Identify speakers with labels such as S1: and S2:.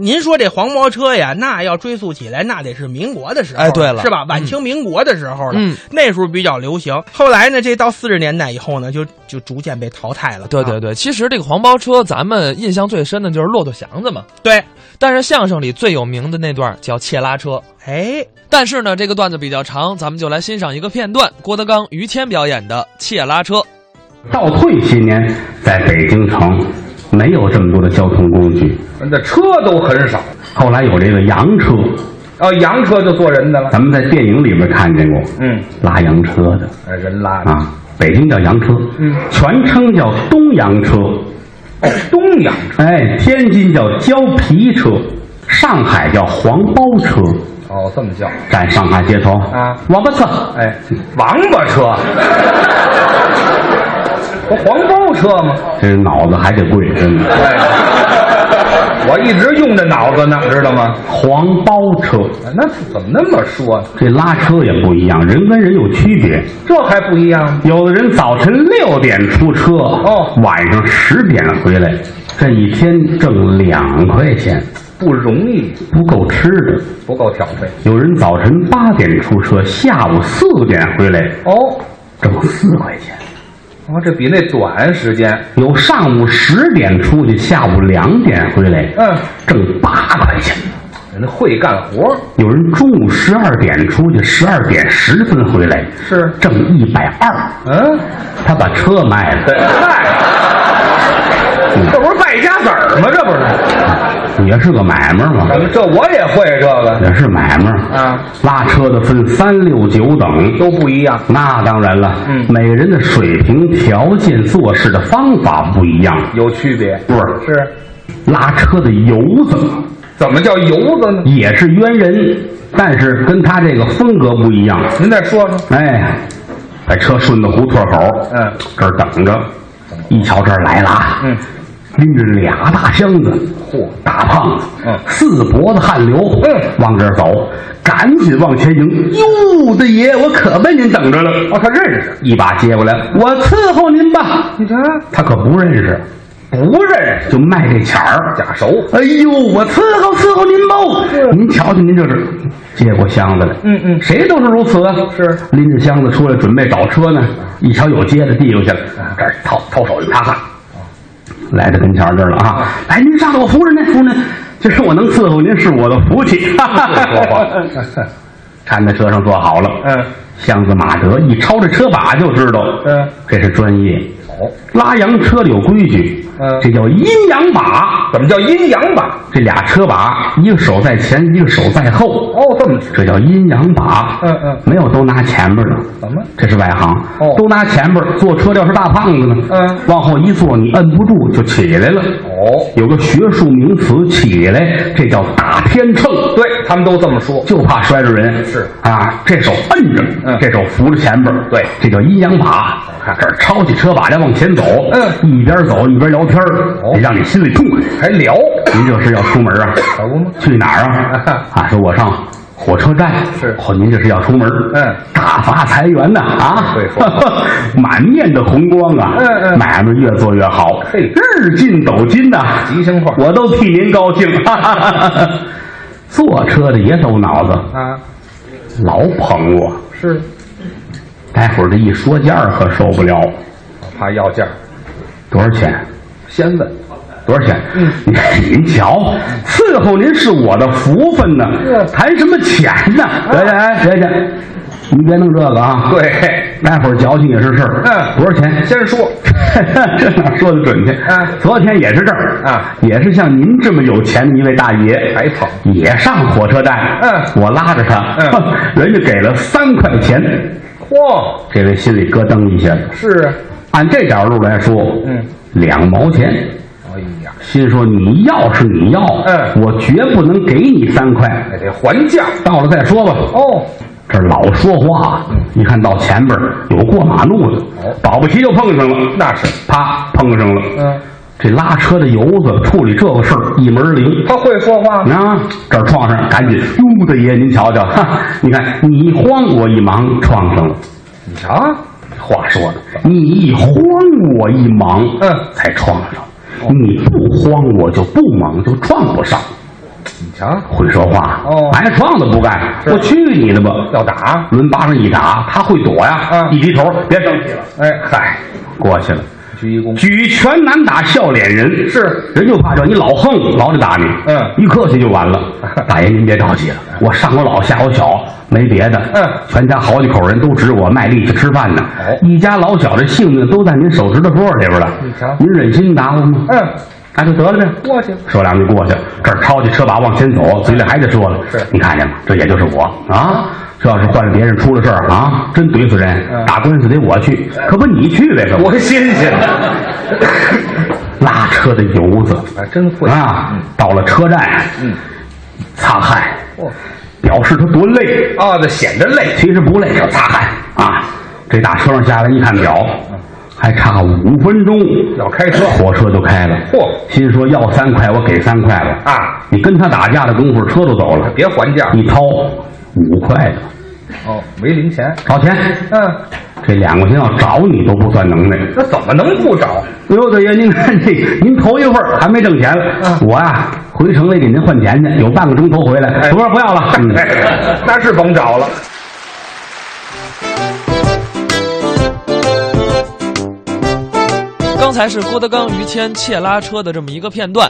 S1: 您说这黄包车呀，那要追溯起来，那得是民国的时候，
S2: 哎对了
S1: 是吧？晚清民国的时候了，
S2: 嗯
S1: 那时候比较流行。后来呢，这到四十年代以后呢，就就逐渐被淘汰了。
S2: 对
S1: 啊
S2: 对对，其实这个黄包车，咱们印象最深的就是骆驼祥子嘛。
S1: 对，
S2: 但是相声里最有名的那段叫切拉车。
S1: 哎，
S2: 但是呢，这个段子比较长，咱们就来欣赏一个片段，郭德纲、于谦表演的切拉车。
S3: 倒退些年，在北京城没有这么多的交通工具，
S4: 那车都很少
S3: 后来有这个洋车，
S4: 哦，洋车就坐人的了。
S3: 咱们在电影里边看见过，
S4: 嗯，
S3: 拉洋车的
S4: 哎人拉的、
S3: 啊，北京叫洋车，
S4: 嗯，
S3: 全称叫东洋车，
S4: 哦，东洋车
S3: 哎，天津叫胶皮车，上海叫黄包车，
S4: 哦，这么叫
S3: 站上海街头
S4: 啊
S3: 王八车，
S4: 哎，王八 车，不黄包车吗？
S3: 这脑子还得贵，真的，
S4: 哎，我一直用着脑子呢，知道吗？
S3: 黄包车。
S4: 那怎么那么说呢？
S3: 这拉车也不一样，人跟人有区别。
S4: 这还不一样吗？
S3: 有的人早晨六点出车，
S4: 哦
S3: 晚上十点回来，这一天挣两块钱，
S4: 不容易，
S3: 不够吃的。
S4: 不够挑费
S3: 有人早晨八点出车，下午四点回来，
S4: 哦。
S3: 挣四块钱。
S4: 哦，这比那短时间，
S3: 有上午十点出去，下午两点回来，
S4: 嗯，
S3: 挣八块钱。
S4: 人会干活，
S3: 有人中午十二点出去，十二点十分回来，
S4: 是
S3: 挣一百二。
S4: 嗯，
S3: 他把车卖了，嗯
S4: 嗨，这不是败家子儿吗？这不是？
S3: 也是个买卖嘛。
S4: 怎么这我也会这个？
S3: 也是买卖
S4: 啊，
S3: 拉车的分三六九等，
S4: 都不一样，
S3: 那当然了，
S4: 嗯
S3: 每人的水平、条件、做事的方法不一样。
S4: 有区别。
S3: 不是
S4: 是，
S3: 拉车的油子
S4: 怎么叫油子呢？
S3: 也是冤人，但是跟他这个风格不一样。
S4: 您再说说。
S3: 哎，把车顺到胡同口，
S4: 嗯，
S3: 这儿等着，一瞧这儿来了啊，
S4: 嗯，
S3: 拎着俩大箱子，
S4: 嚯，
S3: 大胖子，
S4: 嗯
S3: 四脖子汗流，
S4: 嗯
S3: 往这儿走，赶紧往前迎。哟，大爷，我可被您等着了！
S4: 哦，他认识
S3: 一把接过来，我伺候您吧。
S4: 你，看
S3: 他可不认识，
S4: 不认识
S3: 就卖这钱儿。
S4: 假熟，
S3: 哎呦，我伺候伺候您喽！您瞧瞧，您这是接过箱子来，
S4: 嗯嗯
S3: 谁都是如此啊。
S4: 是
S3: 拎着箱子出来准备找车呢，一瞧有接的递过去了，这儿掏掏手一啪啪，来到跟前儿这儿了啊！哎，您上来，我扶着您，扶着您，这是我能伺候您是我的福气。哈哈
S4: 说话。
S3: 搀在车上坐好了，
S4: 嗯，
S3: 箱子马哲一抄这车把就知道，
S4: 嗯，
S3: 这是专业。
S4: 哦，
S3: 拉洋车里有规矩，
S4: 嗯
S3: 这叫阴阳把。
S4: 怎么叫阴阳吧？
S3: 这俩车把，一个手在前，一个手在后，
S4: 哦，这么
S3: 这叫阴阳把。
S4: 嗯嗯
S3: 没有都拿前边的，
S4: 怎么？
S3: 这是外行。
S4: 哦
S3: 都拿前边坐车要是大胖子呢，
S4: 嗯
S3: 往后一坐你摁不住就起来了。
S4: 哦，
S3: 有个学术名词，起来这叫打天秤。
S4: 对他们都这么说。
S3: 就怕摔着人，
S4: 是
S3: 啊，这手摁着，
S4: 嗯
S3: 这手扶着前边儿，
S4: 对
S3: 这叫阴阳把
S4: 看。
S3: 这儿抄起车把来往前走，
S4: 嗯
S3: 一边走一边聊天儿
S4: 哦
S3: 得让你心里 痛快。
S4: 还聊，
S3: 您这是要出门啊？
S4: 可不吗？
S3: 去哪儿 啊？啊，说我上火车站。
S4: 是
S3: 哦，您这是要出门？
S4: 嗯，
S3: 大发财源呐！啊
S4: 会说话，
S3: 满面的红光啊！
S4: 嗯嗯
S3: 买卖越做越好，
S4: 嘿
S3: 日进斗金呐！
S4: 吉祥话
S3: 我都替您高兴。 哈哈哈哈坐车的也走脑子，
S4: 啊，
S3: 老捧我，
S4: 是
S3: 待会儿这一说价儿可受不了，
S4: 怕要价，
S3: 多少钱？
S4: 先问。
S3: 多少钱？嗯，您瞧，伺候您是我的福分呢，谈什么钱呢？
S4: 啊
S3: 来来来，来来，哎您别弄这个啊！，
S4: 对，
S3: 待会儿矫情也是事儿。
S4: 嗯
S3: 多少钱？
S4: 先说，
S3: 这哪说的准去？
S4: 嗯
S3: 昨天也是这儿
S4: 啊，
S3: 也是像您这么有钱的一位大爷，
S4: 还捧
S3: 也上火车站。
S4: 嗯
S3: 我拉着他，
S4: 嗯
S3: 哼人家给了三块钱，
S4: 嚯，
S3: 这位心里咯噔一下。
S4: 是啊，
S3: 按这条路来说，
S4: 嗯，
S3: 两毛钱。
S4: 哎呀，
S3: 心说你要是你要，
S4: 嗯
S3: 我绝不能给你三块，
S4: 还得还价。
S3: 到了再说吧。
S4: 哦，嗯
S3: 这老说话，一看到前边儿有过马路的
S4: 哦，
S3: 保不齐就碰上了，
S4: 那是，
S3: 啪碰上了。
S4: 嗯，
S3: 这拉车的油子处理这个事儿一门儿灵。
S4: 他会说话吗？
S3: 啊，这儿撞上，赶紧，哟，大爷，您瞧瞧，哈，你看你一慌，我一忙，撞上了。
S4: 你瞧，
S3: 话说的，你一慌我一忙，
S4: 嗯
S3: 才撞上；你不慌我就不忙，就撞不上。
S4: 瞧，
S3: 会说话，
S4: 哦
S3: 买床都不干。
S4: 是
S3: 我去你的吧！
S4: 要打，
S3: 抡巴掌一打，他会躲呀。
S4: 嗯
S3: 一低头，别生气了。
S4: 哎
S3: 嗨，过去了。
S4: 鞠一躬，
S3: 举拳难打笑脸人，
S4: 是
S3: 人就怕这，你老横，老得打你。
S4: 嗯
S3: 一客气就完 了。大爷您别着急了，我上有老下有小，没别的。
S4: 嗯
S3: 全家好几口人都指我卖力气吃饭呢。
S4: 哦
S3: 一家老小的性命都在您手指头缝里边了。
S4: 你瞧
S3: 您忍心打我吗？
S4: 嗯，
S3: 那就得了呗。
S4: 过去了
S3: 说两句过去，这儿抄起车把往前走，嘴里还得说了。
S4: 是
S3: 你看见吗？这也就是我啊！这要是换了别人出了事儿啊，真怼死人！
S4: 嗯
S3: 打官司得我去，可不你去呗？可不
S4: 多新鲜！
S3: 拉车的油子
S4: 啊，真会
S3: 啊，到了车站，
S4: 嗯，
S3: 擦汗，
S4: 哦，
S3: 表示他多累，
S4: 哦，这显着累，
S3: 其实不累，就擦汗啊。这打车上下来一看表，还差五分钟
S4: 要开车
S3: 火车就开了。
S4: 嚯
S3: 心说要三块，我给三块吧。
S4: 啊，
S3: 你跟他打架的功夫，车都走了，
S4: 别还价
S3: 一掏五块的，
S4: 哦，没零钱，
S3: 找钱。
S4: 嗯，
S3: 这两块钱要找你都不算能耐。
S4: 那怎么能不找？
S3: 哎呦，大爷，您看这，您头一份儿还没挣钱，
S4: 嗯
S3: 我呀、回城里给您换钱去，有半个钟头回来，
S4: 哎
S3: 不是不要了，嗯
S4: 哎， 那是甭找了。
S2: 刚才是郭德纲、于谦切拉车的这么一个片段。